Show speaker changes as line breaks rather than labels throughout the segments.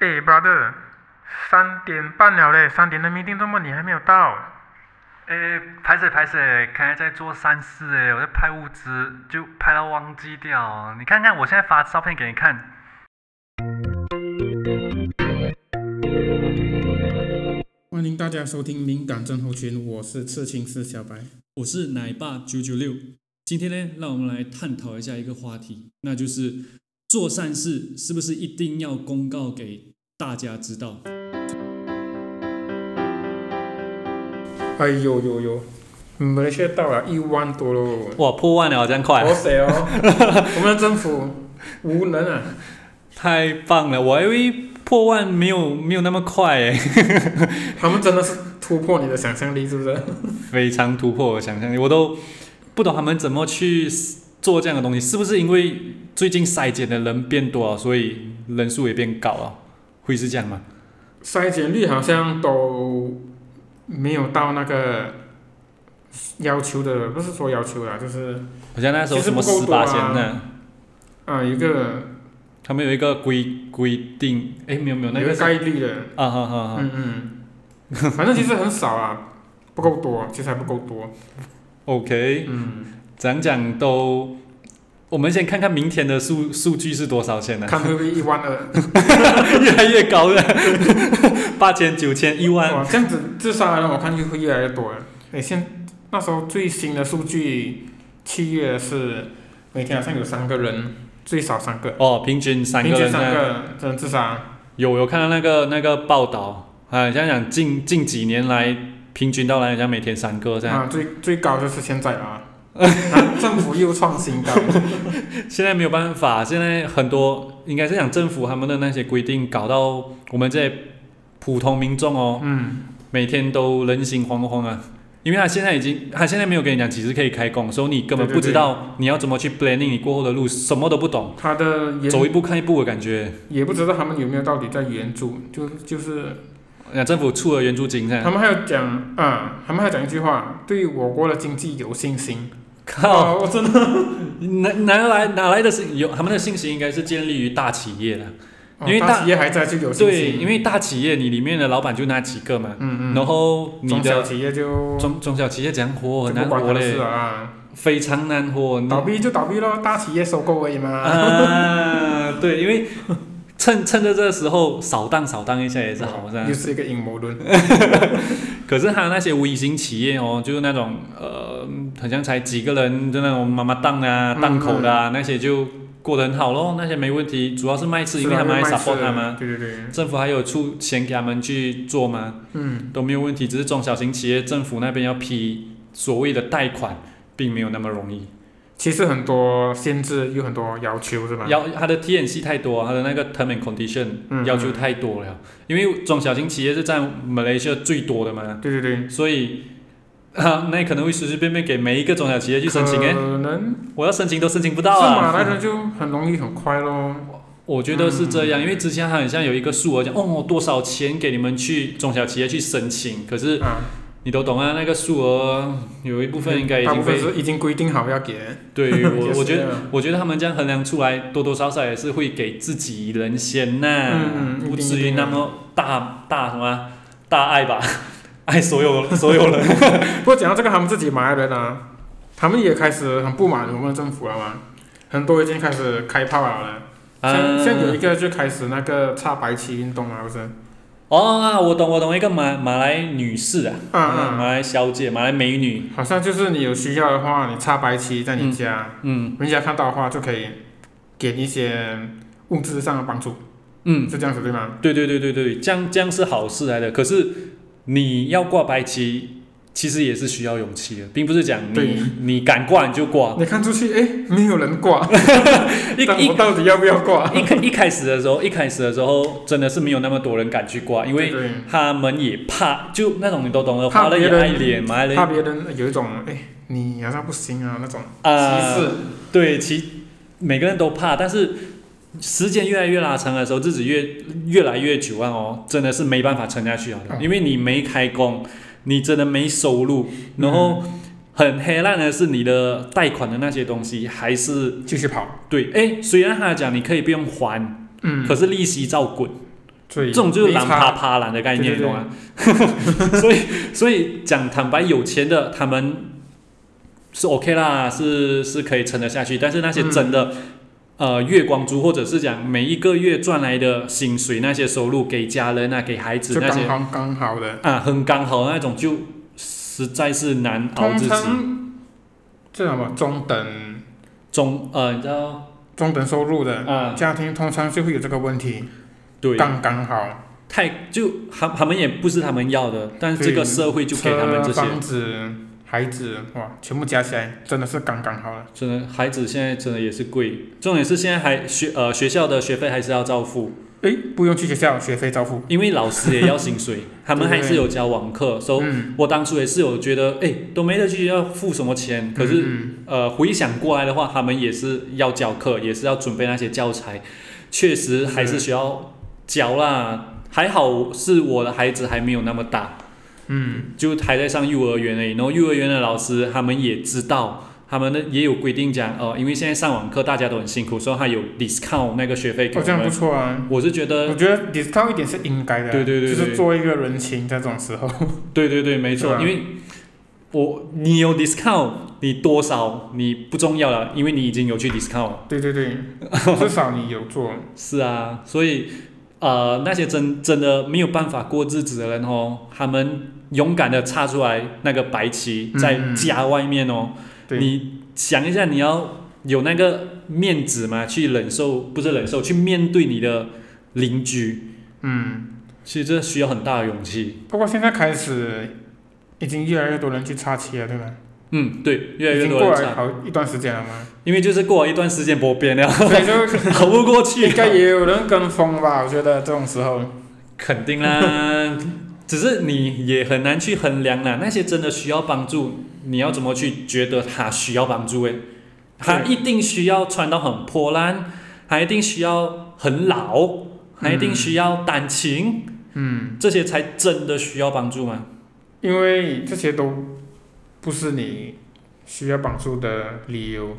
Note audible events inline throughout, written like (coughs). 哎、brother，三点半了嘞，三点的 meeting 怎么你还没有到？
诶，拍摄拍摄，刚才在做善事诶，我在拍物资，就拍到忘记掉。你看看，我现在发照片给你看。
欢迎大家收听敏感症候群，我是刺青师小白。
我是奶爸九九六。今天呢，让我们来探讨一下一个话题，那就是做善事是不是一定要公告给大家知道？
哎呦呦呦，马来西亚到了一万多喽，
哇，破万了，这样快
好水
(laughs)
哦！我们的政府无能啊！
太棒了！我还以为破万没有没有那么快诶，
他们真的是突破你的想象力，是不是？
(laughs) 非常突破我想象力，我都不懂他们怎么去做这样的东西，是不是因为最近筛检的人变多了，啊所以人数也变高了？会是这样吗？
筛检率好像都没有到那个要求的，不是说要求啦，就是
好像那时候什么
其实
十
不够多
八
啊
线呢？
啊、一个
他们有一个规规定，哎，没有没有，那
一
个
个
是
概率的，
啊哈哈哈
嗯嗯，反正其实很少啊，不够多，其实还不够多，
，OK，
嗯，
讲讲都，我们先看看明天的数数据是多少钱呢、
看会不会一万二？
越来越高了， (laughs) 八千、九千、一万，
哇，哦这样子自杀的人我看就会越来越多了。哎，现那时候最新的数据，七月是每天好像有三个人，最少三个，
哦，平均三
平
个
均
人呢啊
三个人自杀。
有有看到那个那个报道，啊，想想近近几年来平均到来，好像每天三个这样，
啊，最最高就是现在了
(laughs)
啊！啊政府又创新高，
现在没有办法，现在很多应该是讲政府他们的那些规定搞到我们这些普通民众哦，
嗯，
每天都人心惶惶啊，因为他现在已经，他现在没有跟你讲几时可以开工，所以你根本
对对
不知
对
道你要怎么去 planning 你过后的路，什么都不懂，
他的也
走一步看一步的感觉。
也不知道他们有没有到底在援助，就就是
那政府出了援助金噻，
他们还有讲啊，他们还有讲一句话，对我国的经济有信心。
靠，
啊，我真的，
哪哪来哪来的信？有他们的信息应该是建立于大企业的，因为
哦
大
企业还在就有信
对，
心，
因为大企业你里面的老板就那几个嘛，
嗯嗯，
然后你
中小
的
企业就
中中小企业怎样活
就
很
不
难
管
活
他的事
嘞嗯
了，啊，
非常难活。
倒闭就倒闭咯，大企业收购而已嘛。
啊，对，因为 (laughs) 趁趁着这个时候扫荡扫荡一下也是好啊噻
又。是一个阴谋论。
可是他那些微型企业哦，就是那种呃，好像才几个人，就那种妈妈档啊、
嗯
档口的啊，那些就过得很好咯，那些没问题。主要是卖吃，因为他们还
是啊
support
卖
他们，
对对对，
政府还有出钱给他们去做嘛，
嗯，
都没有问题。只是中小型企业政府那边要批所谓的贷款，并没有那么容易。
其实很多限制，有很多要求，是吧？
要它的 TNC 太多，它的那个 term and condition
嗯
要求太多了，因为中小型企业是占马来西亚最多的嘛，
对对对，
所以啊，那你可能会随随便便给每一个中小企业去申请哎，
可能
我要申请都申请不
呃是
到
马来
啊。
人就很容易很快咯。
我觉得是这样，因为之前它好像有一个数额讲哦多少钱给你们去中小企业去申请，可是
啊，
你都懂啊，那个数额有一部分应该已
大
经
部分
被
是已经规定好要给。
对
(laughs) 也
我
是
我
这
觉得
样
我觉得他们这样衡量出来，多多少少也是会给自己人先呐、
嗯嗯
不
一定
至
一
于
定
那
的
么大大什么啊大爱吧， (laughs) 爱所有所有人。
不过讲到这个，他们自己马来人啊，他们也开始很不满我们的政府了嘛，很多已经开始开炮了啦。 (laughs) 像
啊
像有一个就开始那个插白旗运动啊，不是？
哦啊，我懂我懂，一个马马来女士啊，
啊
啊
啊，
马来小姐，马来美女，
好像就是你有需要的话，你插白旗在你家，
嗯
人家看到的话就可以给你一些物质上的帮助，
嗯，
是这样子对吗？
对对对对对，这样这样是好事来的。可是你要挂白旗，其实也是需要勇气的，并不是讲
对
你你敢挂你就挂，
你看出去，哎，没有人
(laughs)
挂，
一
但
一
我到底要不要挂？
一开一开始的时候，一开始的时候真的是没有那么多人敢去挂，因为
对
他们也怕，就那种你都懂的，
怕
华人也
别人
爱脸，马来
对，
人
怕别人有一种哎，你好像不行啊那种
啊
歧视。
对，其每个人都怕，但是时间越来越拉长的时候，日子越越来越久啊，哦，真的是没办法撑下去了，
嗯
因为你没开工，你真的没收入，然后很黑暗的是你的贷款的那些东西还是
继续跑，
对，哎，虽然他讲你可以不用还，
嗯，
可是利息照滚。
所以
这种就是
没
懒
差
趴趴懒的概念，
对对
懂吗？ (laughs) 所以所以讲坦白，有钱的他们是 OK 啦，是是可以撑得下去。但是那些
嗯
真的、呃月光族，或者是讲每一个月赚来的薪水那些收入给家人啊、给孩子
就
那
刚
些
刚刚好的。
啊，很刚好那种，就实在是难熬
通
自己。
常这什么中等
中呃，你知道
中等收入的
啊，
家庭，通常就会有这个问题，
对，
刚刚好。
太就他他们也不是他们要的，但是
对
这个社会就给他们这
车
些。
房子、孩子，哇，全部加起来真的是刚刚好了。
真的，孩子现在真的也是贵，重点是现在还学呃学校的学费还是要照付，
诶，不用去学校，学费照付。
因为老师也要
(laughs)
薪水，他们还是有教网课。所以、
嗯，
我当初也是有觉得，哎，都没得去要付什么钱，可是、
嗯
呃回想过来的话，他们也是要教课，也是要准备那些教材，确实还是需要教啦。还好是我的孩子还没有那么大，
嗯，
就还在上幼儿园而已。然后幼儿园的老师他们也知道，他们呢也有规定讲，哦、因为现在上网课大家都很辛苦，所以他有 discount 那个学费给
哦，
我
这样
们。
不错啊。
我是觉
我
得，
觉得 discount 一点是应该的，啊
对对对对
就是做一个人情，在这种时候，
对对对，没
是
错，
吧
因为我你有 discount，你多少你不重要了，因为你已经有去 discount 了。
对对
(laughs)
对，至少你有做，
是啊，所以呃，那些真真的没有办法过日子的人哦，他们勇敢的插出来那个白旗，
嗯
在家外面哦。
对，
你想一下，你要有那个面子嘛，去忍受，不是忍受，去面对你的邻居，
嗯。
其实这需要很大的勇气。
不过现在开始，已经越来越多人去插旗了，对吗？
嗯，对，越来
已
越
经
多
过
人
来
唱，
好一段时间了嘛，
因为就是过了一段时间不
(laughs)
变了，
所以就
熬不过去
应，该也有人跟风吧？我觉得这种时候，
肯定啦。只是你也很难去衡量啦，那些真的需要帮助，你要怎么去觉得他需要帮助？诶，欸他
对
一定需要穿到很破烂，他一定需要很老，他一定需要感情。
嗯，
这些才真的需要帮助吗？
因为这些都不是你需要帮助的理由，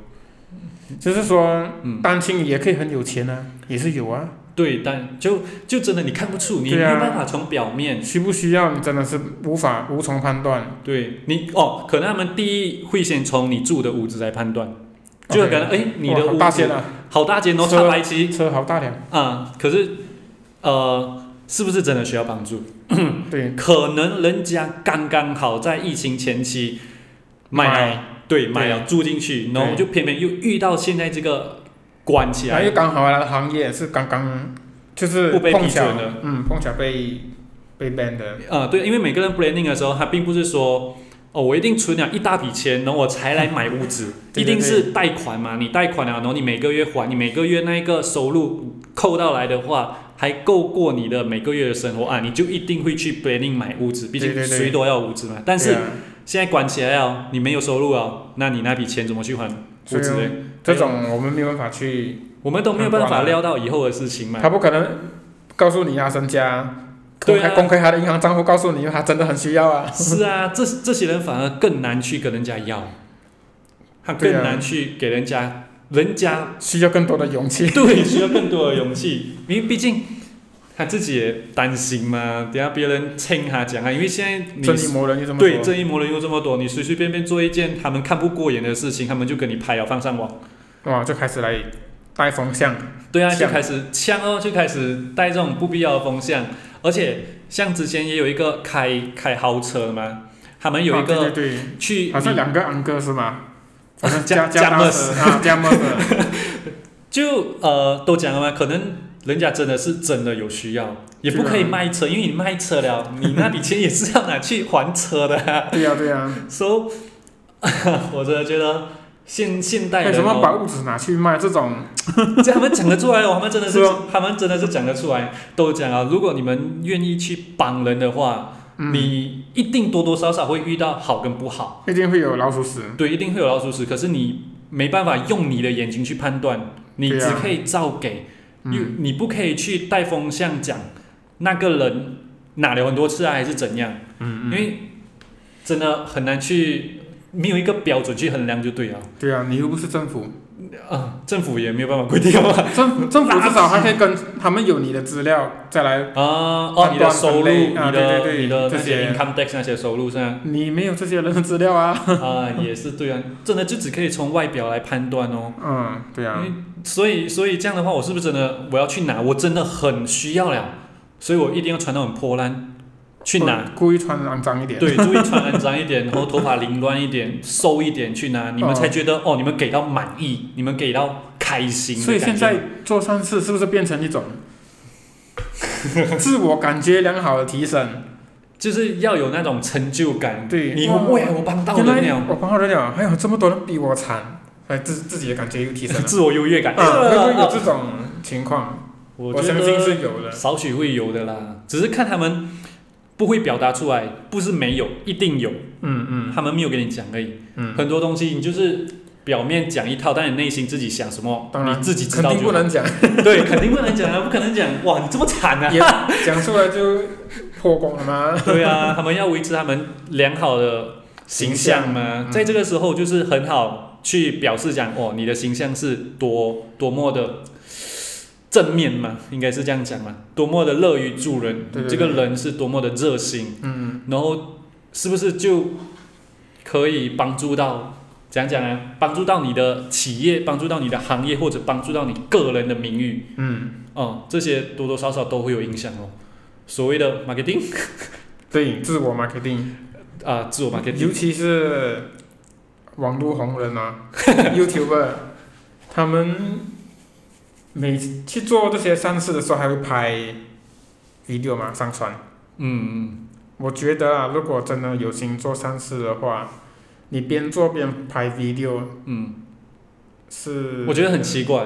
就是说
嗯，
单亲也可以很有钱啊，也是有啊，
对，但就就真的你看不出，你没
对
有
啊
办法从表面
需不需要你真的是无法无从判断，
对你哦，可能他们第一会先从你住的屋子来判断，就
OK
可能哎你的
哇好
屋子
大间啊，
好大间哦，
车
插白旗
车好大辆，
啊、可是呃是不是真的需要帮助？
对，
可能人家刚刚好在疫情前期买了，对，买了住进去，然后就偏偏又遇到现在这个关起
然后
来
又，刚好啊行业是刚刚就是
不被
碰
批
巧
准的，
嗯，碰巧被被 ban 的，
呃，对，因为每个人 planning 的时候，他并不是说哦，我一定存了一大笔钱，然后我才来买屋子，
(laughs) 对对
一定是贷款嘛，你贷款了，然后你每个月还，你每个月那个收入扣到来的话，还够过你的每个月的生活啊，你就一定会去 planning 买屋子，毕
对
竟
对对
谁都要有屋子嘛。但是
对啊
现在关起来了，你没有收入了，那你那笔钱怎么去还屋子
所以
呢？
这种我们没有办法去，
我们都没有办
啊
法料到以后的事情嘛。
他不可能告诉你啊，身家。公
对
开
啊
公开他的银行账户，告诉你他真的很需要啊。
是啊，这这些人反而更难去跟人家要，他更
对啊
难去给人家，人家 (laughs)
需要更多的勇气。
对需要更多的勇气，因为毕竟他自己也担心嘛，等下别人蹭他讲啊，因为现在你
正义魔人就这么多
对正义魔人又这么多，你随随便便做一件他们看不过眼的事情，他们就跟你拍啊了放上网，
哇，就开始来带风向。
对啊，就
呛
开始呛哦，就开始带这种不必要的风向，而且像之前也有一个开开豪车的嘛，他们有一
啊、对
个
对
去
对，好像两个安哥是吗？好像加
加加
加
莫斯
斯啊，加莫斯，
就呃，都讲了嘛，可能人家真的是真的有需要，也不可
对
以
啊
卖车，因为你卖车了，你那笔钱也是要拿去还车的、 (laughs) (laughs) 啊。
对呀、对呀、啊。
So，我真的觉得现现代
为
人、
哎什么把
哦，
物质拿去卖？这种
这他们讲得出来哦，他们真的是，
是哦
他们真的是讲得出来，都讲啊。如果你们愿意去帮人的话，
嗯
你一定多多少少会遇到好跟不好，
一定会有老鼠屎。
对，一定会有老鼠屎，可是你没办法用你的眼睛去判断，你
对
只
啊
可以照给。你
嗯，
你不可以去带风向讲那个人哪了很多次啊，还是怎样？
嗯
因为真的很难去，没有一个标准去衡量就对了。
对呀、啊，你又不是政府，
啊，政府也没有办法规定
(laughs)
啊。
政政府至少还可以跟他们有你的资料，再来
啊哦，你的收入，你
啊对
的
对对
你的
这
那些
些
income tax 那些收入是吧？
你没有这些人的资料啊。
啊，也是对啊，真的就只可以从外表来判断哦。
嗯，对啊，
所以所以这样的话，我是不是真的我要去拿？我真的很需要了，所以我一定要穿到很破烂去拿。
故意穿得肮脏一点。
对，注意穿肮脏一点，然后头发凌乱一点，瘦一点去拿，你们才觉得哦，你们给到满意，你们给到开心的
所以
感
现
觉
在做善事是不是变成一种自我感觉良好的提升？
就是要有那种成就感。
对
你
哇
喂，我帮到
原
人
来哦
了，
我帮到人了，还有哎这么多人比我惨，哎，自自己的感觉又提升了。
(laughs) 自我优越感。
啊，会不会有
啊
这种情况？
我
我
觉
相信
得
是有的。
少许会有的啦，只是看他们不会表达出来，不是没有，一定有，
嗯嗯
他们没有跟你讲而已。
嗯，
很多东西你就是表面讲一套，但你内心自己想什么，
当然
你自己知
肯
道
定
就
不
好。
能讲，
对，肯定不能讲啊，不可能讲哇，你这么惨啊！
也讲出来就破功了吗？
(laughs) 对啊，他们要维持他们良好的形象嘛，
嗯
在这个时候就是很好去表示讲哦，你的形象是多多么的正面嘛，应该是这样讲嘛，多么的乐于助人，
对对对
这个人是多么的热心，
嗯，
然后是不是就可以帮助到？讲讲啊，帮助到你的企业，帮助到你的行业，或者帮助到你个人的名誉，
嗯，
哦、这些多多少少都会有影响哦。所谓的 marketing
对，自我 marketing，
啊、自我 marketing，
尤其是网络红人
(laughs)
啊，YouTuber，他们每次去做这些善事的时候，还会拍 video 嘛上传。
嗯，
我觉得啊，如果真的有心做善事的话，你边做边拍 video
嗯，
是，
我觉得很奇怪，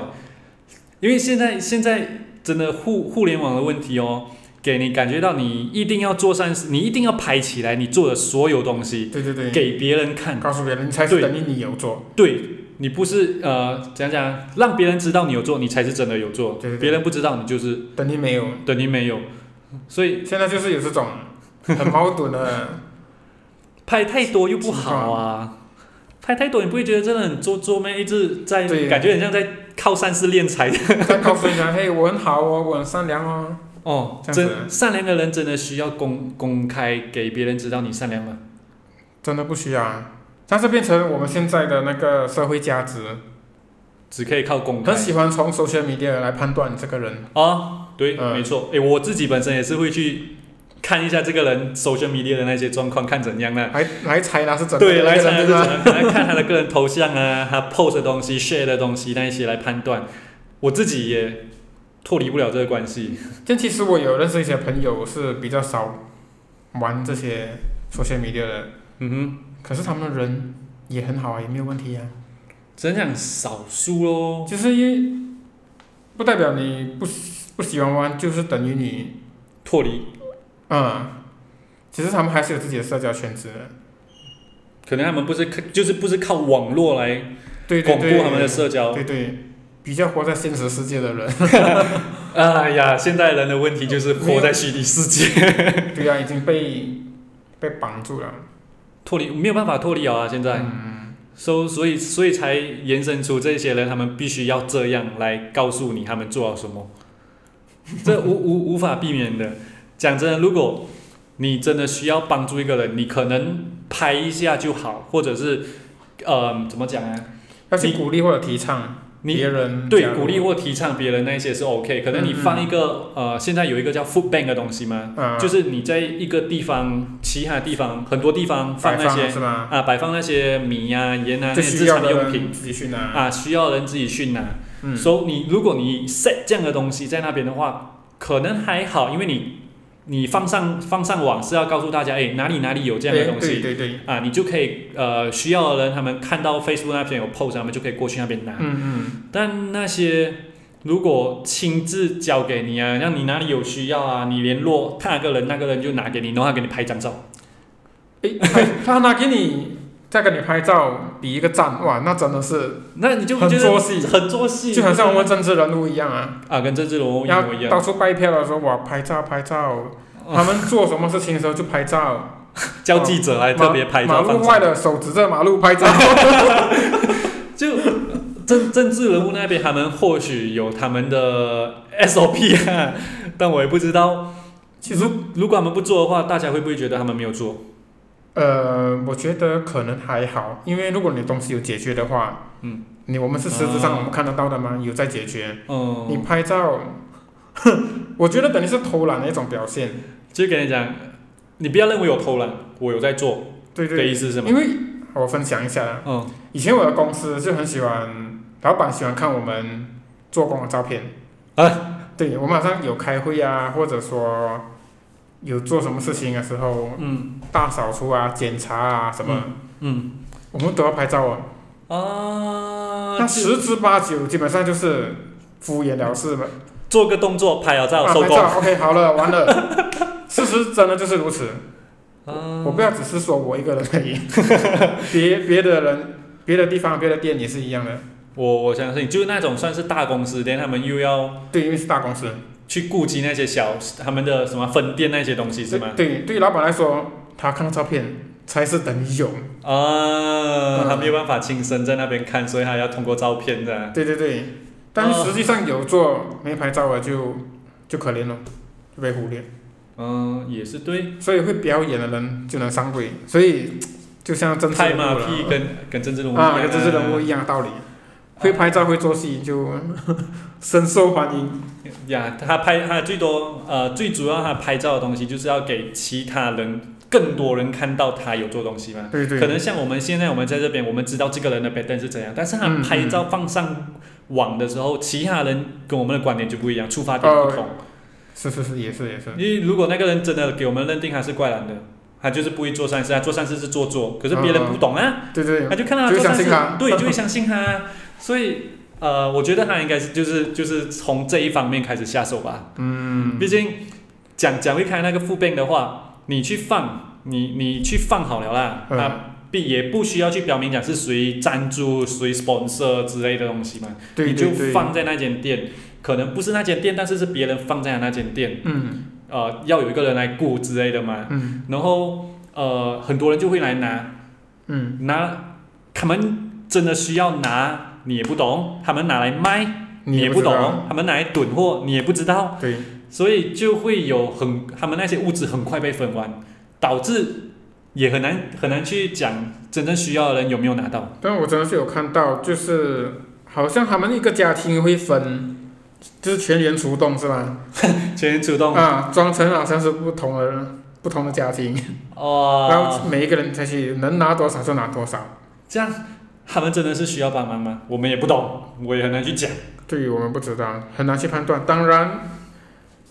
因为现在现在真的互互联网的问题哦，给你感觉到你一定要做善事，你一定要拍起来你做的所有东西
对对对，
给别人看，
告诉别人才是等于你有做，
对你不是呃讲讲让别人知道你有做，你才是真的有做，
对对对
别人不知道你就是
等于没有。
等于没有，所以
现在就是有这种很矛盾的，
拍太多又不好啊。拍太多，你不会觉得真的很做作吗？一直在
对啊
感觉很像在靠善事敛财
在告诉人家， (laughs) 嘿，我很好哦，我很善良哦。
哦，
这样子
真善良的人真的需要公公开给别人知道你善良吗？
真的不需要啊。但是变成我们现在的那个社会价值，
只可以靠公开
很喜欢从 social media 来判断你这个人。
啊，对，
嗯
没错。诶，我自己本身也是会去看一下这个人 social media 的那些状况，看怎样呢？
来来猜他是真的，
对，来
这个
看他
人
是
对
怎
吧？
样，来看他的个人头像啊，他 post 的东西、share 的东西那一些来判断。我自己也脱离不了这个关系。
但其实我有认识一些朋友是比较少玩这些 social media 的，
嗯哼，
可是他们人也很好啊，也没有问题啊。
只能讲少数咯。
就是因为不代表你不喜不喜欢玩，就是等于你
脱离，
嗯，其实他们还是有自己的社交圈子的。
可能他们不是就是不是靠网络来
对对
巩
对，
固他们的社交。
对对，比较活在现实世界的人，
哎呀，现代人的问题就是活在虚拟世界，
对啊，已经被被绑住了。
脱离没有办法脱离啊！现在，
嗯，
so, 所以所以才延伸出这些人，他们必须要这样来告诉你他们做了什么，这无无无法避免的。讲真的，如果你真的需要帮助一个人，你可能拍一下就好，或者是，呃，怎么讲啊？
要去
你
鼓励或者提倡
你
别人加
对，
入
鼓励或提倡别人那一些是 OK，可能你
嗯嗯嗯
放一个、呃，现在有一个叫 food bank 的东西嘛，
啊，
就是你在一个地方，其他地方很多地方放
摆
那
放
些
是吗？
啊，摆放那些米啊、盐啊那
最
些
需
日
要
常
的
用
人
品
自己去拿。
啊，需要人自己去拿。
嗯，
所以你如果你 set 这样的东西在那边的话，可能还好，因为你你放上放上网是要告诉大家，哎，哪里哪里有这样的
哎
东西。
对对对，
啊，你就可以呃，需要的人他们看到 Facebook 那边有 post，他们就可以过去那边拿。
嗯
但那些如果亲自交给你啊，让你哪里有需要啊，你联络他那个人，那个人就拿给你，然后他给你拍张照。
嗯，哎， (laughs) 他拿给你，再给你拍照，比一个赞，哇，那真的是
那你就
很
觉得
做戏
很做戏，
就很像我们政治人物一样啊，
啊，跟郑志龙一模一
要
样哦
到，处拜票的时候，哇，拍照拍照，他们做什么事情的时候就拍照，
叫记者来特别拍
马
照
路
放
外 (laughs)
上，
的手指着马路拍照，
就政政治人物那边，他们或许有他们的 SOP 啊，但我也不知道。
其实，
如果他们不做的话，大家会不会觉得他们没有做？
呃，我觉得可能还好，因为如果你东西有解决的话，
嗯，
你我们是实质上
啊
我们看得到的嘛，有在解决。你
嗯，
拍照， (laughs) 我觉得等于是偷懒的一种表现。
就跟你讲，你不要认为我偷懒，我有在做
对
的
对，
意思是吗？
因为我分享一下啦，
嗯
以前我的公司就很喜欢，老板喜欢看我们做工的照片。啊，对，我们好像有开会啊，或者说有做什么事情的时候，
嗯
大扫除啊、检查啊什么，
嗯
我们都要拍照啊。
啊，
嗯那
就
十之八九基本上就是敷衍了事嘛。
做个动作拍了照
啊，
收
拍
工。
照 OK 好了，完了。 (laughs) 事实真的就是如此，
嗯
我不要只是说我一个人而已， (laughs) 别别的人、别的地方、别的店也是一样的。
我我相信，就是那种算是大公司，但他们又要
对，因为是大公司，
去顾及那些小他们的什么分店那些东西是吗？
对，对于老板来说，他看到照片才是等于有。嗯
啊，他没有办法亲身在那边看，所以他要通过照片的。
对对对，但
哦
实际上有做没拍照的就就可怜了，就被忽略。
嗯，也是对，
所以会表演的人就能上位，所以就像政治
拍
人物
马
了
屁跟跟政治人物一样
啊，跟政治人物一样的道理。会拍照会做戏就
(laughs)
深受欢迎。
呀，他拍他最多呃最主要他拍照的东西就是要给其他人更多人看到他有做东西嘛。
对对，
可能像我们现在我们在这边，我们知道这个人的 pattern 是怎样，但是他
嗯
拍照放上网的时候，其他人跟我们的观点就不一样，出发点
哦
不同。
是是是，也是也是。
因为如果那个人真的给我们认定他是怪男的，他就是不会做善事，他做善事是做作，可是别
嗯
人不懂啊，
对对
他就看到他
就
做
相
善
信
事
他，
对，就会相信他。所以呃，我觉得他应该是就是就是从这一方面开始下手吧。
嗯，
毕竟讲讲会开那个副辩的话，你去放，你你去放好了啦，
嗯
啊，必也不需要去表明讲是谁赞助、谁 sponsor 之类的东西嘛，
对对
你就
对，
放在那间店，可能不是那间店，但是是别人放在那间店，
嗯
呃，要有一个人来顾之类的嘛，
嗯
然后呃，很多人就会来拿
嗯
拿，他们真的需要拿，你也不懂，他们拿来卖，你也
不
不
知道，
懂，他们拿来囤货，你也不知道。
对，
所以就会有很他们那些物资很快被分完，导致也很难很难去讲真正需要的人有没有拿到。
但我真的是有看到，就是好像他们一个家庭会分，就是全员出动是吧？
全主动
啊，装成好像是不同的不同的家庭，然
哦，
后每一个人才去能拿多少就拿多少。
这样他们真的是需要帮忙吗？我们也不懂，我也很难去讲。
对于我们不知道，很难去判断。当然，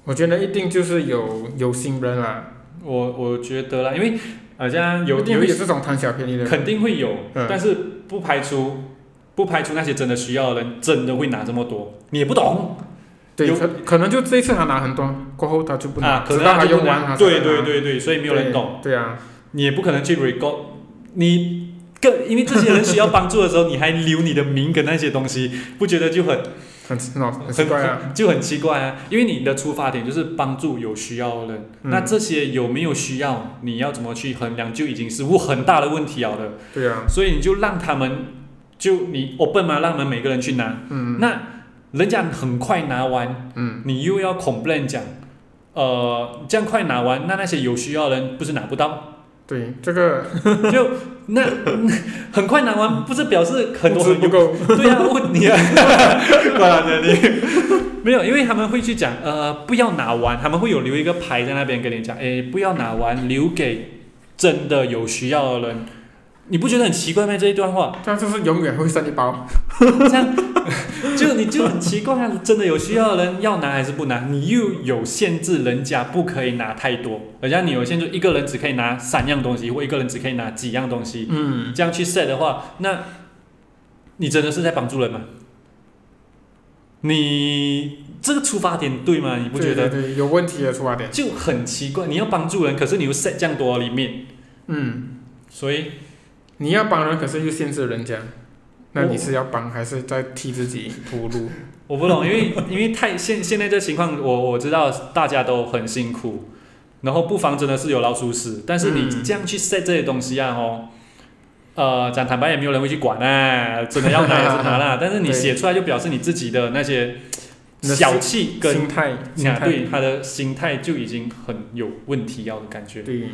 我觉得一定就是有有心人啦，
我我觉得啦，因为好像有
一定
有
会
一
有
些
这种贪小便宜的人。
肯定会有，
嗯
但是不排除不排除那些真的需要的人真的会拿这么多，你也不懂
对，
有
可可能就这一次他拿很多，过后他就不拿，
啊，可
直
能
到
他就
用
不
完
拿。
他才
对
会
对
拿
对对，所以没有人懂。。
对对啊，
你也不可能去 record，你更因为这些人需要帮助的时候，你还留你的名跟那些东西，不觉得就很
很很好很奇
很
怪啊。
就很奇怪啊？因为你的出发点就是帮助有需要的人，
嗯
那这些有没有需要，你要怎么去衡量，就已经是问很大的问题了的。
对啊，
所以你就让他们，就你 open 嘛，让他们每个人去拿。
嗯
那人家很快拿完，
嗯，
你又要 complain 讲，呃，这样快拿完，那那些有需要的人不是拿不到？ (laughs)
对这个
就那很快拿完，不是表示很
物
多
资
很
不
有
够，
(laughs) 对啊，问你啊，管了你。 (laughs) 没有，因为他们会去讲，呃，不要拿完，他们会有留一个牌在那边跟你讲，诶，不要拿完，留给真的有需要的人。你不觉得很奇怪吗？这一段话，
但就是永远会剩一包。
这样就你就很奇怪啊！真的有需要的人要拿还是不拿？你又有限制，人家不可以拿太多，人家你有限制，一个人只可以拿三样东西，或一个人只可以拿几样东西。
嗯，
这样去 set 的话，那你真的是在帮助人吗？你这个出发点对吗？你不
对
觉得
对对有问题的出发点？
就很奇怪？你要帮助人，可是你又 set 这样多里面，
嗯，
所以
你要帮人，可是又限制人家，那
我
你是要帮还是在替自己铺路？
我不懂，因为 (laughs) 因为太现现在这情况，我我知道大家都很辛苦，然后不妨真的是有老鼠屎，但是你
嗯
这样去 set 这些东西啊，哦，呃，讲坦白也没有人会去管啊，真的要拿也是
(laughs)
拿啦。但是你写出来就表示你自己的那些
你的
小气跟
心态，心
啊，
态
对他的心态就已经很有问题要的感觉。
对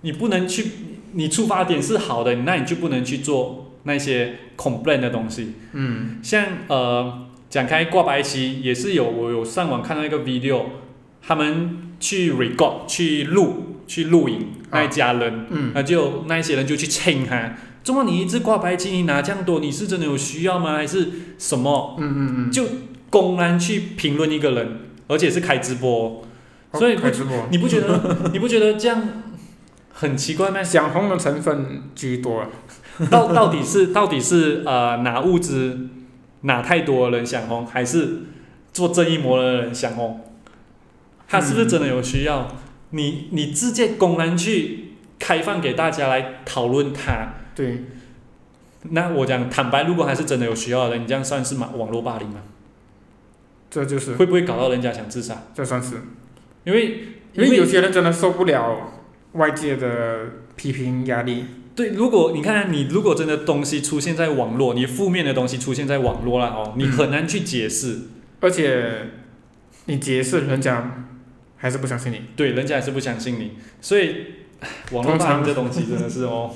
你不能去，你出发点是好的，那你就不能去做那些 complain 的东西。
嗯
像呃，讲开挂白旗也是有，我有上网看到一个 video，他们去 record 去录去录影那一家人，
嗯，
那就那一些人就去蹭他。怎么你一直挂白旗，你拿这样多，你是真的有需要吗？还是什么？
嗯嗯嗯，
就公然去评论一个人，而且是开直播，哦
好
所以不
开直播，
你不觉得 (laughs) 你不觉得这样很奇怪吗？
想红的成分居多，啊
到到底是到底是呃拿物资拿太多的人想红，还是做正义魔人的人想红？他是不是真的有需要？你你直接公然去开放给大家来讨论他，
对，
那我讲坦白，如果还是真的有需要的人，你这样算是网网络霸凌吗？
这就是
会不会搞到人家想自杀？
这算是，
因为
因为有些人真的受不了外界的批评压力，
对，如果你看你如果真的东西出现在网络，你负面的东西出现在网络啦哦，你很难去解释，
而且你解释人家还是不相信你，
对，人家还是不相信你，所以唉网络
通
霸
常
凌这东西真的是哦，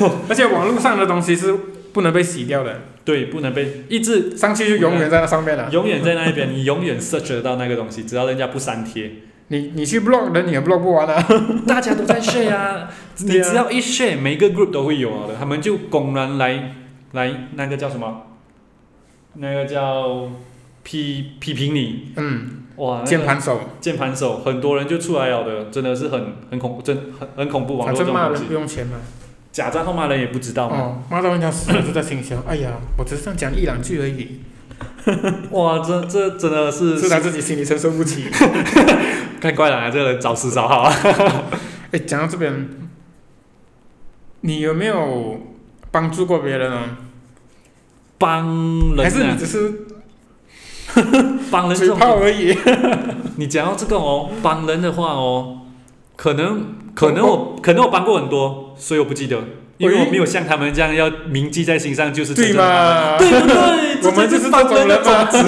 嗯
而且网络上的东西是不能被洗掉的，
对，不能被一直
上去就永远在那上面了。
永远在那一边，你永远 search 得到那个东西，只要人家不删帖，
你你去 blog 人你也 blog 不完啊，
大家都在 share 啊，你
对啊
只要一 share，每个 group 都会有啊的，他们就公然来来那个叫什么，那个叫批批评你，
嗯，
哇，那个
键盘手，
键盘手，很多人就出来了的，真的是很很恐真很很恐怖网
反
络这
正
种
骂
东
人不
西，
用钱嘛。
假账号骂人也不知道嘛，
哦，骂到人家死了就在心想，哎呀，我只是这样讲一两句而已，
哇，这这真的是
嗯是他自己心里承受不起。
看怪了、啊，这个人找死
(laughs)
找好啊！
哎，讲到这边，你有没有帮助过别人啊？
帮人、啊、
还是你只是
帮人这
嘴
种，
炮而已？
你讲到这个哦，帮人的话哦，可能可能我可能我帮过很多，所以我不记得，因为
喂
我没有像他们这样要铭记在心上，就是真
对
正的
嘛？
帮人？对不
(laughs)
对？
我们就
这就是是
这
帮人
种
的
人嘛
种子。，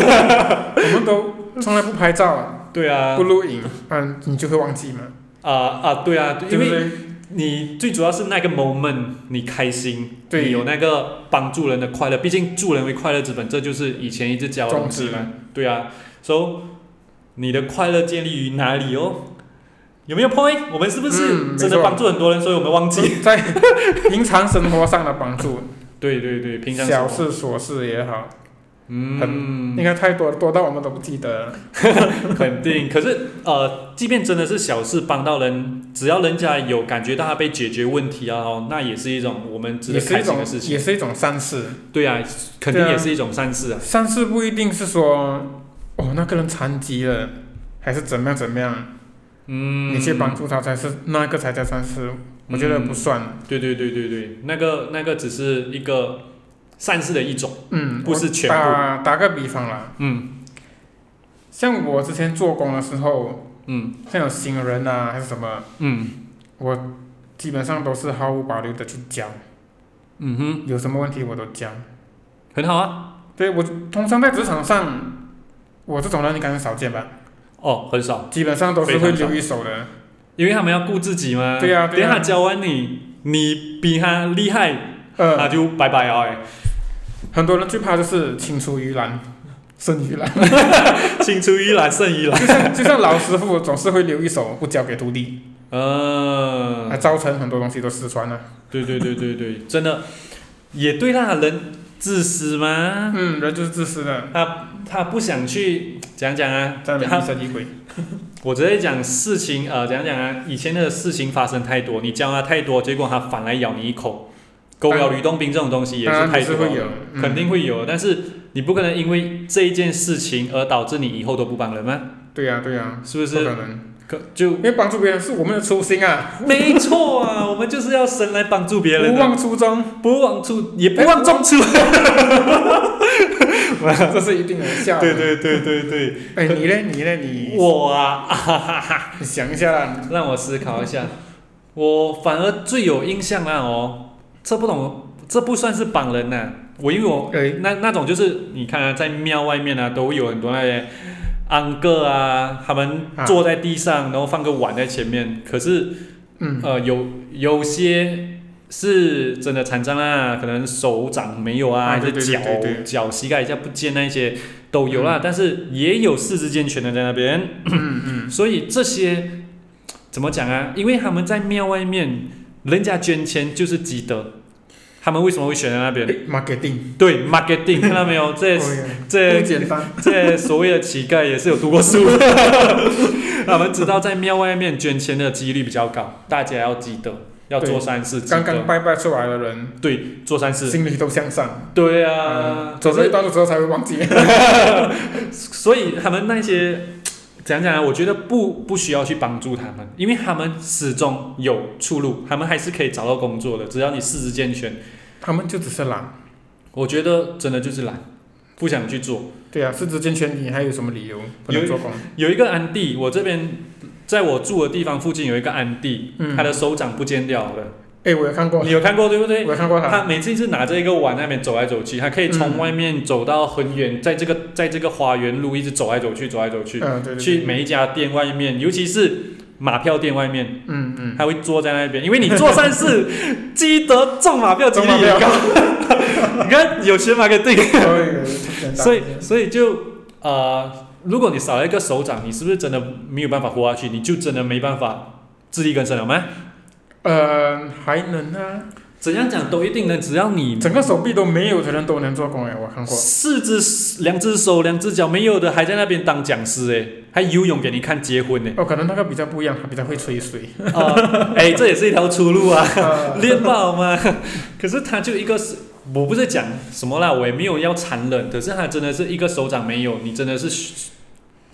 我们都从来不拍照啊，
对啊
不，录影，嗯，你就会忘记嘛，
啊啊，对啊，
对
因
不
为
对？
你最主要是那个 moment 你开心，
对
你有那个帮助人的快乐，毕竟助人为快乐之本，这就是以前一直教的东西嘛
宗。
对啊，so 你的快乐建立于哪里哦？有没有 point？我们是不是
嗯
真的
没错嗯
帮助很多人，所以我们忘记？
在 (laughs) 平常生活上的帮助，
对对对，平常生
小
活，
事琐事也好，应
嗯，
该太多多到我们都不记得了。
肯定。可是呃，即便真的是小事帮到人，只要人家有感觉到他被解决问题啊，哦，那也是一种我们值
也
得
是
开
一
心
种
的事，情。
也是一种善事。
对啊，肯定
对啊
也是一种善事啊。
善事不一定是说，哦，那个人残疾了，还是怎么样怎么样，
嗯，
你去帮助他才是那个才叫善事。我觉得不算，
对对对对对，那个那个只是一个善事的一种，
嗯，
不是
我
全部
打打个比方啦，
嗯
像我之前做工的时候，
嗯
像有新人啊还是什么，
嗯
我基本上都是毫无保留的去教，
嗯哼，
有什么问题我都教。
很好啊，
对我通常在职场上，我这种人应该很少见吧，
哦，很少，
基本上都是会
非常少
留一手的。
因为他们要顾自己嘛，
对啊对啊
等一下教完你，你比他厉害，
呃，
他就拜拜啊、哎
很多人最怕就是青出于蓝，胜于蓝。
青出于蓝胜于蓝，
就像就像老师傅总是会留一手不交给徒弟，
嗯、
还造成很多东西都失传啊了。
对对对对对，真的，也对啦，人自私嘛，
嗯，人就是自私的，
他他不想去讲讲啊，
在那
他
边疑神疑鬼。
我直接讲事情，呃，讲讲啊，以前的事情发生太多，你教他太多，结果他反来咬你一口。狗咬吕洞宾这种东西也
当
是
然
太
是
多
会
了，
有，嗯
肯定会有。但是你不可能因为这一件事情而导致你以后都不帮人吗？
对呀、对呀、
是不
不
是？
可能，
可就
因为帮助别人是我们的初心啊，
没错啊，我们就是要神来帮助别人
不
的，
忘初衷，
不忘处也不忘中处。
(laughs) 这是一定的效。
对。对对对对，
哎，你嘞，你嘞，你
我啊，啊哈哈哈。
你想一下啦，
让我思考一下，我反而最有印象啦哦，这不懂，这不算是绑人呐、我因为我
哎
那那种就是你看啊，在庙外面啊，都有很多那些安哥啊，他们
啊
坐在地上，然后放个碗在前面。可是
嗯，
呃，有有些是真的残障啦，可能手掌没有啊，
啊
还
对
是
对
脚
对对对嗯
脚膝盖一下不见那一些都有啦，但是也有四肢健全的在那边。
嗯
(coughs) 所以这些怎么讲啊？因为他们在庙外面，人家捐钱就是积德，他们为什么会选在那边？
诶哎 marketing，
对
(laughs)
，marketing 看到没有？这
哦耶
这
不简单，
这所谓的乞丐也是有读
(laughs)
过书的，他们知道在庙外面捐钱的几率比较高，大家要积德，要做善事，积
刚
德
刚拜拜出来的人，
对做善事，
心里都向上，
对啊，
嗯走
可
这一
是
段的时候才会忘记。
(laughs)
(laughs)
所以他们那些怎样讲啊？我觉得不不需要去帮助他们，因为他们始终有出路，他们还是可以找到工作的，只要你四肢健全。
他们就只是懒，
我觉得真的就是懒，不想去做。
对啊，四肢健全，你还有什么理由不能
有
做
(laughs)
工？
有一个安迪，我这边在我住的地方附近有一个安迪，
嗯
他的手掌不见掉了，
哎，我有看过
你，有看过对不对？
我有看过他，
他每次是拿着一个碗那边走来走去，他可以从
嗯
外面走到很远，在这个在这个花园路一直走来走去，走来走去，
嗯，对对
去
对，
每一家店外面，尤其是马票店外面，
嗯嗯，
他会坐在那边，因为你做善事， (laughs) 积德中马票几
中
率
马
也
票 (laughs)
高。你看有钱买个定，
对简单
所以所以就呃，如果你少了一个手掌，你是不是真的没有办法活下去？你就真的没办法自力更生了吗？
呃，还能啊，
怎样讲都一定能，只要你
整个手臂都没有的人都能做工哎，我看过。，
四只、两只手、两只脚没有的，还在那边当讲师哎，还游泳给你看结婚呢
哦，可能那个比较不一样，他比较会吹
(laughs)
水。
啊、 (laughs) 哎，这也是一条出路啊。 (laughs)
呃
练爆吗？ (laughs) 可是他就一个，我不是讲什么啦，我也没有要残忍，可是他真的是一个手掌没有，你真的是需，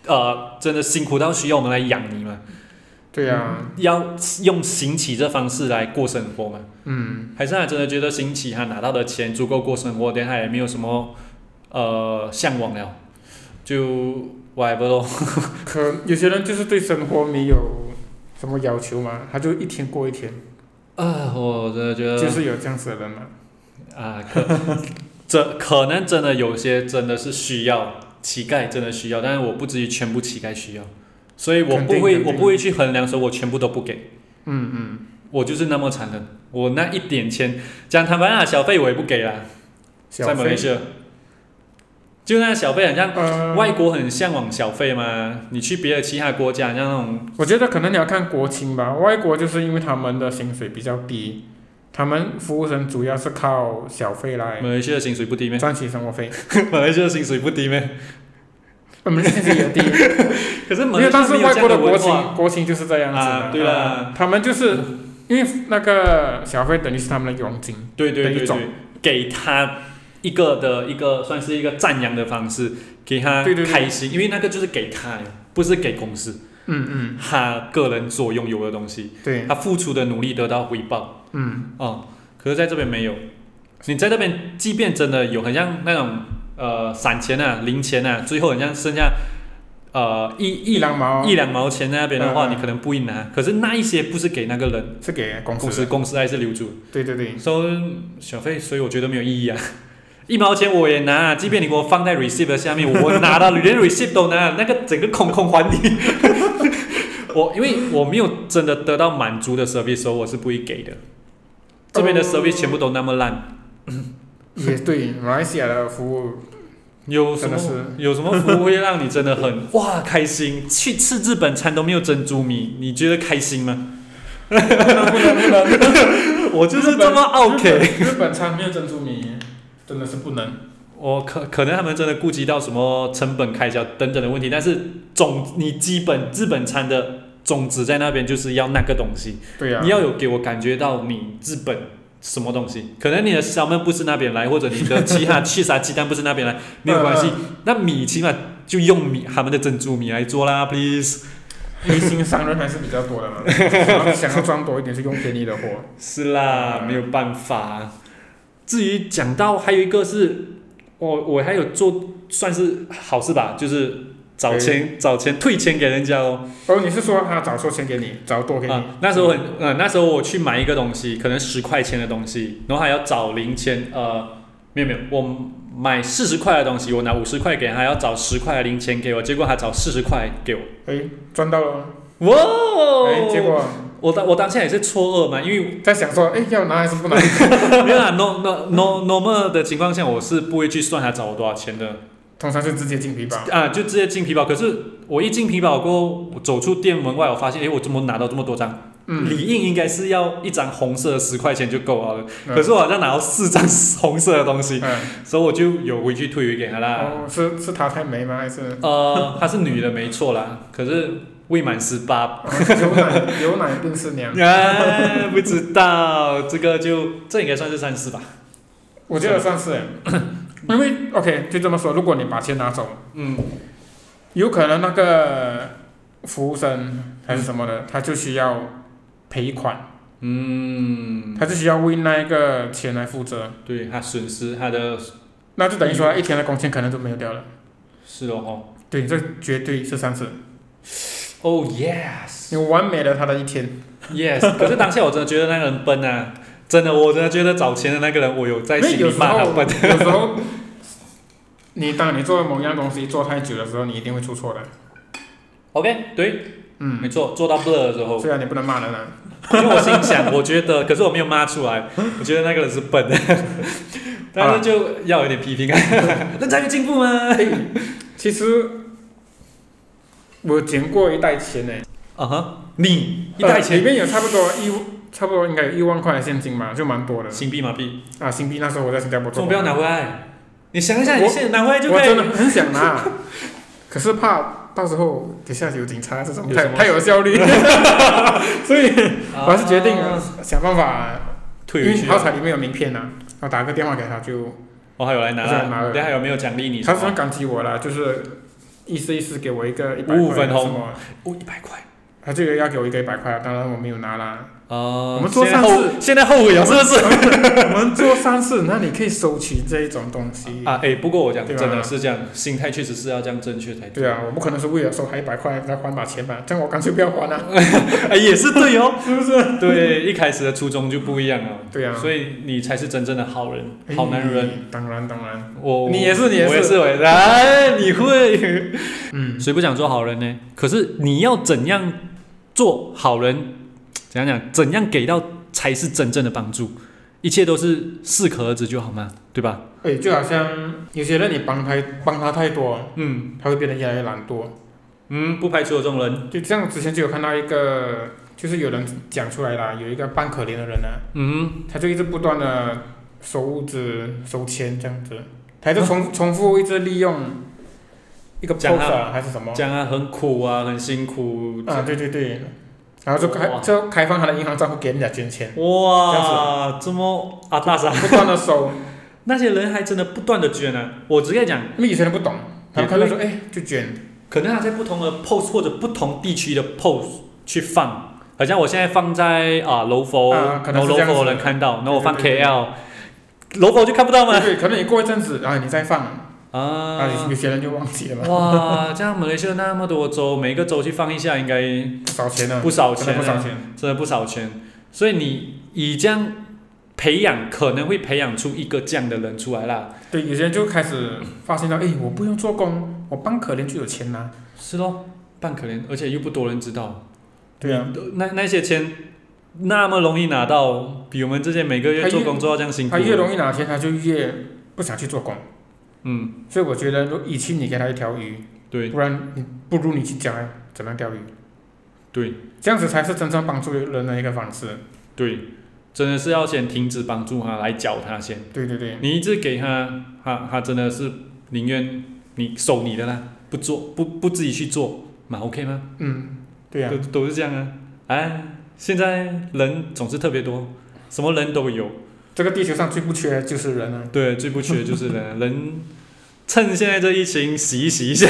呃，真的辛苦到需要我们来养你嘛？
对啊呀，
要用行乞这方式来过生活嘛？
嗯，
还是他真的觉得行乞他拿到的钱足够过生活，但他也没有什么呃向往了，就 whatever 咯。
可有些人就是对生活没有什么要求嘛，他就一天过一天，
啊，我真的觉得
就是有这样子的人嘛。
啊，可 (laughs) 这可能真的有些真的是需要乞丐，真的需要，但是我不至于全部乞丐需要，所以我
肯
不
定
会
肯
我
定
不会去衡量说我全部都不给，
嗯嗯，
我就是那么残忍，我那一点钱讲坦白啦，小费我也不给啦，
小
在马来
费
西亚，就那小费很像。
呃，
外国很向往小费嘛，你去别的其他国家，像那种
我觉得可能你要看国情吧。外国就是因为他们的薪水比较低，他们服务生主要是靠小费来
马来西亚的薪水不低咩？ (laughs)
赚取生活费，呃
马来西亚的薪水不低咩？
我们薪水也
(laughs)
低，
可是马
因为
来西亚
但是
没有
外
这
国
样的
的国
文化，
情国情就是这样子的
啊对啦嗯
啊他们就是因为那个小费等于是他们的佣金。
对对
的
对
一种
对，给他一个的一个算是一个赞扬的方式，给他
对对对
开心，因为那个就是给他，不是给公司，
嗯嗯，
他个人所拥有的东西，
对，
他付出的努力得到回报
嗯，
啊、可是在这边没有，你在这边即便真的有很像那种呃散钱啊、零钱啊，最后很像剩下呃一
一
一
两毛
一两毛钱在那边的话，
嗯嗯
你可能不会拿，可是那一些不是给那个人，
是给公
公
司
司
的，
公司还是留住。
对对对，
收小费，所以我觉得没有意义啊。 (laughs) 一毛钱我也拿，啊即便你给我放在 receipt 的下面，我拿到连 receipt 都拿，啊那个整个空空还你。 (laughs) 我因为我没有真的得到满足的 service，所以我是不会给的。这边的
哦
service 全部都那么烂，
也对，
(laughs)
马来西亚的服务
有什么
真的
有什么服务会让你真的很 (laughs) 哇开心？去吃日本餐都没有珍珠米，你觉得开心吗？
不能不能，
我就是这么 OK。
日本餐没有珍珠米，真的是不能。
我可可能他们真的顾及到什么成本开销等等的问题，但是总你基本日本餐的宗旨在那边就是要那个东西，
对啊呀、
你要有给我感觉到你日本什么东西，可能你的salmon 不是那边来，或者你的其他去啥鸡蛋不是那边来，没有关系，那米起码就用米他们的珍珠米来做啦，please。
黑心商人还是比较多的
(laughs)
嘛，想要想要赚多一点就用便宜的货。
是啦，没有办法。至于讲到还有一个是，我我还有做算是好事吧，就是找钱找钱退钱给人家哦。
哦，你是说他早说钱给你，早多给你？
啊，那时候很，呃，那时候我去买一个东西，可能十块钱的东西，然后还要找零钱，呃，没有没有，我买四十块的东西，我拿五十块给他，还要找十块的零钱给我，结果他找四十块给我，
哎，赚到了吗？
哇哦！
哎，结果
我当我当下也是错愕嘛，因为
在想说，哎，要拿还是不拿？
(laughs) 没有啦，no 啊 no no normal 的情况下，我是不会去算他找我多少钱的
通常是直接进皮包。
啊，就直接进皮包。可是我一进皮包过后，我走出店门外，我发现，诶，我怎么拿到这么多张？
嗯，
理应应该是要一张红色的十块钱就够了。
嗯
可是我好像拿到四张红色的东西，
嗯，
所以我就有回去退回给他啦。
哦，是是她太美吗？还是
呃，她是女的没错啦，可是未满十八，
哦有奶有奶便是
(laughs)
娘？
哎，不知道这个就这应该算是三四吧。
我觉得算是，因为 OK 就这么说，如果你把钱拿走，
嗯，
有可能那个服务生还是什么的，他就需要赔款，
嗯，
他就需要为那一个钱来负责，
对她损失她的
那就等于说他一天的工钱可能就没有掉了。
是哦
对，这绝对是三次，
哦，Oh yes
你完美了他的一天。
yes，可是当下我真的觉得那个人笨啊。真的，我真的觉得找钱的那个人，我有在
因为
心
有
里
时
骂
候
他笨。
有时候，你当你做某样东西做太久的时候，你一定会出错的。
OK，对，没
嗯，
错，做到 blur 的时候，
虽然你不能骂人啊，
因为我心想，我觉得，可是我没有骂
(laughs)
出来，我觉得那个人是笨， (laughs) 但是就要有点
(laughs)
批评啊，哎人家有进步 (laughs) 吗？
其实我捡过一袋钱呢、
啊哈，你一袋
呃
钱
里面有差不多一，差不多应该有一万块的现金吧，就蛮多的
新币马币，
啊。新币那时候我在新加坡做
总
工，
不要拿回来。你想一下，你
我
现在拿回来就
我
可以
真的。很想拿， (laughs) 可是怕到时候底下有警察这种
有
太
什么
太有效率， (laughs) 所以
啊
我还是决定想办法，因
退回
为
去
好。彩里面有名片呐、啊我打个电话给他就，
我还有来拿
我再拿
啦，
了
等下有没有奖励你？
他虽然感激我了，就是意思意思给我一个一百
五五
块还
分
是
红
什么，
哦，一百块。
他就要给我一个一百块，啊当然我没有拿
(laughs)
啦。
哦，
我们做
现在后
上次
现在后悔了是不是？
我们做三次，那你可以收取这一种东西。
啊，哎，不过我讲
对
真
吧
的是这样，心态确实是要这样正确才
对啊，我不可能是为了收他一百块来还把钱吧？这样我干脆不要还了、啊
哎，也是对
(laughs)
哦。
是不是？
对，一开始的初衷就不一样了。
对啊，
所以你才是真正的好人，好男人。
哎。当然当然，
我
你也是你也是
我也是，我也是。哎，你会？
嗯，
谁不想做好人呢？可是你要怎样做好人？怎样讲？怎样给到才是真正的帮助？一切都是适可而止就好嘛，对吧？
哎，就好像有些人你帮他帮他太多，
嗯
他会变得越来越懒惰。
嗯，不排除有这种人。
就这样，之前就有看到一个，就是有人讲出来啦，有一个扮可怜的人呢，
嗯，
他就一直不断的收物资、收钱这样子，他就重、重复一直利用一个 p
啊讲
o
他
s 啊还是什么。
讲啊，很苦啊，很辛苦。
啊，对对对，然后就开
哇
就开放他的银行账户给人家捐钱，这
哇，这么啊，大傻，
不断的收，
那些人还真的不断的捐啊。我直接讲，
因为以前都不懂，他
也
们看到说哎就捐，
可能他在不同的 pose 或者不同地区的 pose 去放，好像我现在放在啊柔佛，
啊可
然
能
后
是
柔
这样子
佛能看到，然后我放
对对
KL，柔佛就看不到
对
吗？
对，可能你过一阵子，然后你再放，啊有
啊，
有些人就忘记了嘛，
哇，这样马来西亚那么多州，每个州去放一下，应该
少钱呢，
不少
真的嗯
钱、
不少
啊，
钱，
真的不少钱。所以你以这样培养，可能会培养出一个这样的人出来啦。
对，有些人就开始发现到，哎，我不用做工，我帮可怜就有钱拿，
是咯，扮可怜，而且又不多人知道。
对啊，
那那些钱那么容易拿到，比我们这些每个月
他
做
越
工作到这样辛苦。
他越容易拿钱，他就越不想去做工，
嗯，
所以我觉得，如与其你给他一条鱼，
对
不然你不如你去教他怎么样钓鱼，
对
这样子才是真正帮助人的一个方式，
对，真的是要先停止帮助他，来教他先。
对对对。
你一直给他，他他真的是宁愿你收你的啦，不做不不自己去做嘛，OK 吗？
嗯，对呀、
都都是这样啊。哎，现在人总是特别多，什么人都有。
这个地球上最不缺的就是人啊，
对，最不缺的就是人，人趁现在这疫情洗一洗一下。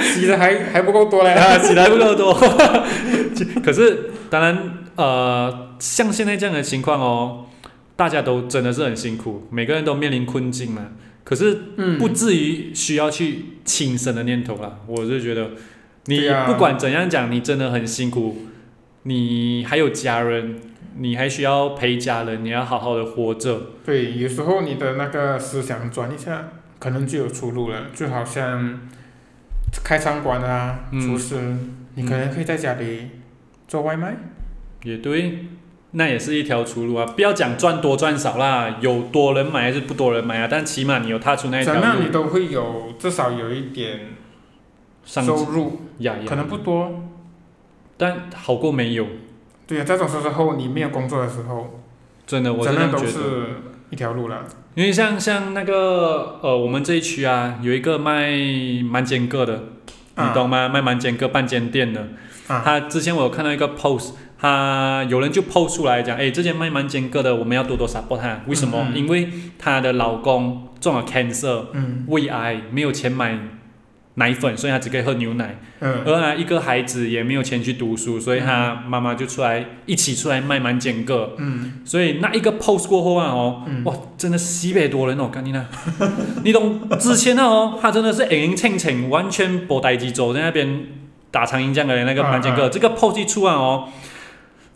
洗的还还不够多嘞。
啊，起来不够多。 (laughs) 可是当然，呃，像现在这样的情况哦，大家都真的是很辛苦，每个人都面临困境嘛。可是
嗯，
不至于需要去轻生的念头啦。我就觉得，你
对啊
不管怎样讲，你真的很辛苦，你还有家人，你还需要陪家人，你要好好的活着。
对，有时候你的那个思想转一下，可能就有出路了。就好像开餐馆啊，
嗯
厨师，你可能可以在家里做外卖。
也对，那也是一条出路啊！不要讲赚多赚少啦，有多人买还是不多人买啊？但起码你有踏出那一
怎
条
么样，你
路，
都会有至少有一点
上
收入，
呀呀，
可能不多。
但好过没有。
对啊，在这种时候你没有工作的时候，
真的，我
怎
真
么
的
样都
觉得。
是一条路了。
因为像像那个呃，我们这一区啊，有一个卖蛮煎个的，你
啊
懂吗？卖蛮煎个半煎店的，
啊，
他之前我有看到一个 post，他有人就 post 出来讲，哎，这间卖蛮煎个的，我们要多多 support 他。为什么？
嗯嗯
因为她的老公中了 cancer，
嗯
胃癌，没有钱买奶粉，所以她只可以喝牛奶。
嗯，
而啊，一个孩子也没有钱去读书，所以她妈妈就出来一起出来卖蛮煎个。
嗯
所以那一个 post 过后啊，哦，
嗯
哇，真的西北多人哦，干你那， (laughs) 你懂之前那哦，他真的是硬硬蹭蹭，完全不待机走在那边打苍蝇这样的那个
啊
蛮间
啊
哥，这个 post 一出啊哦，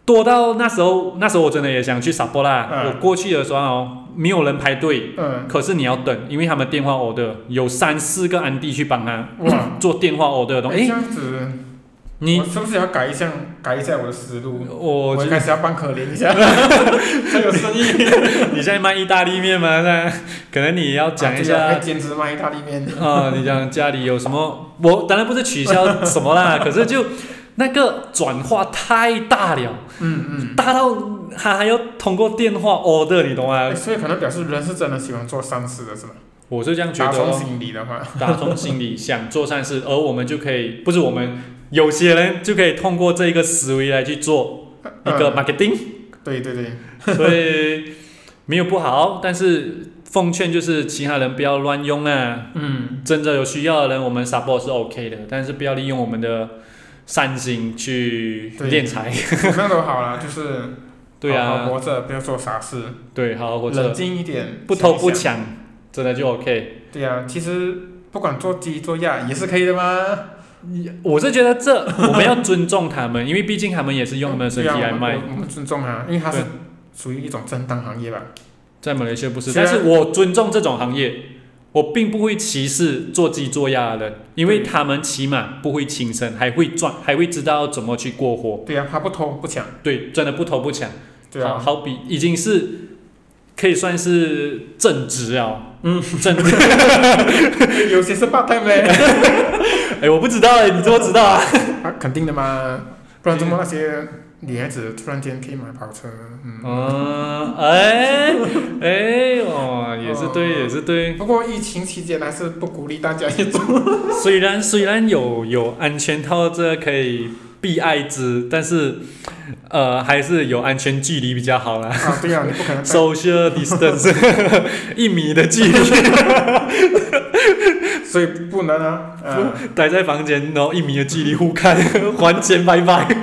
多到那时候，那时候我真的也想去撒波啦，
啊
我过去的时候啊哦，没有人排队，
嗯，
可是你要等，因为他们电话 order 有三四个安迪去帮他 (coughs)
哇，
做电话 order 的东
诶
西，
这
哎，
样子，
你
我是不是要改一下改一下我的思路？
我
我
觉
一
得
开始要扮可怜一下，
(laughs)
才有生意。
你现在卖意大利
(laughs)
面吗？那可能你要讲一
啊对啊哎
下
还。兼职卖意大利面。
啊、你讲家里有什么？我当然不是取消什
(laughs)
么啦，可是就那个转化太大了，
嗯
大到他还要通过电话 order，你懂吗
嗯，？所以可能表示人是真的喜欢做善事的，是吧？
我是这样觉
打
得
从
哦，
心底的话，
(laughs) 打从心里想做善事，而我们就可以，不是我们有些人就可以通过这一个思维来去做一个
嗯
marketing，
对对 (laughs) 对，
所以没有不好，但是奉劝就是其他人不要乱用啊，
嗯，
真的有需要的人，我们 support 是 OK 的，但是不要利用我们的善心去
对
敛财。
那都好了，就是
(laughs) 对
好好
啊，
活着，不要做傻事，
对，好好活
冷
着，
静一点，
不偷不
想
抢，真的就 OK。
一想。对啊，其实不管做鸡做鸭也是可以的嘛。
我是觉得这 (laughs) 我们要尊重他们，因为毕竟他们也是用他们的身体
对啊
来
我们
卖
我。们我们尊重啊，因为它是
对
属于一种正当行业吧。
在马来西亚不是，
虽
但
然
是我尊重这种行业，我并不会歧视做鸡做鸭的人，因为
对
他们起码不会轻生，还会赚，还会知道怎么去过活。
对啊，它不偷不抢。
对，真的不偷不抢。
对
好
啊，
好比已经是可以算是正职了。嗯，正 (laughs) 职。
(laughs) 有些是 part time
(laughs)
嘞，
哎，我不知道哎，你怎么知道啊？
啊，肯定的嘛，不然怎么那些女孩子突然间可以买跑车？嗯。
嗯，哎哎哦，也是对，
哦
也是对。
不过疫情期间还是不鼓励大家去做。
虽然虽然有有安全套这可以避艾滋，但是呃还是有安全距离比较
(laughs)
好啦。
啊，对啊，你不可能戴
Social distance，一 (laughs) 米的距离，
所以不能啊。呃、
(laughs) 待在房间，然后一米的距离互看，还钱拜拜。 (laughs)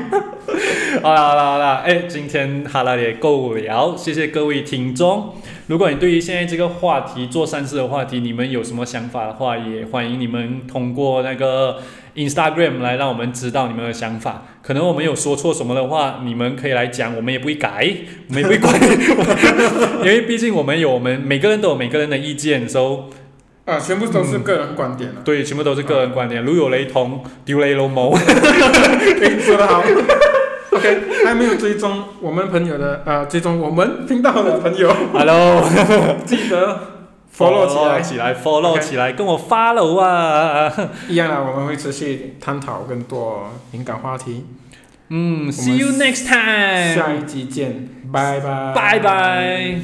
好啦好啦好啦，哎，今天哈拉也够聊，谢谢各位听众。如果你对于现在这个话题做善事的话题，你们有什么想法的话，也欢迎你们通过那个 Instagram 来让我们知道你们的想法。可能我们有说错什么的话，你们可以来讲，我们也不会改，我们也不会管， (laughs) 因为毕竟我们有我们每个人都有每个人的意见，所以
啊，全部都是个人观点啊。
对，全部都是个人观点，如有雷同，丢雷龙谋。
诶说得好。OK，还没有追踪我们朋友的，呃，追踪我们频道的朋友，
Hello，
(laughs)
(laughs)
记得 follow 起来。
起来，follow
OK
起来，跟我 follow 啊！
一样啦，我们会持续探讨更多敏感话题。
嗯，See you next time，
下一集见，拜拜。
拜拜。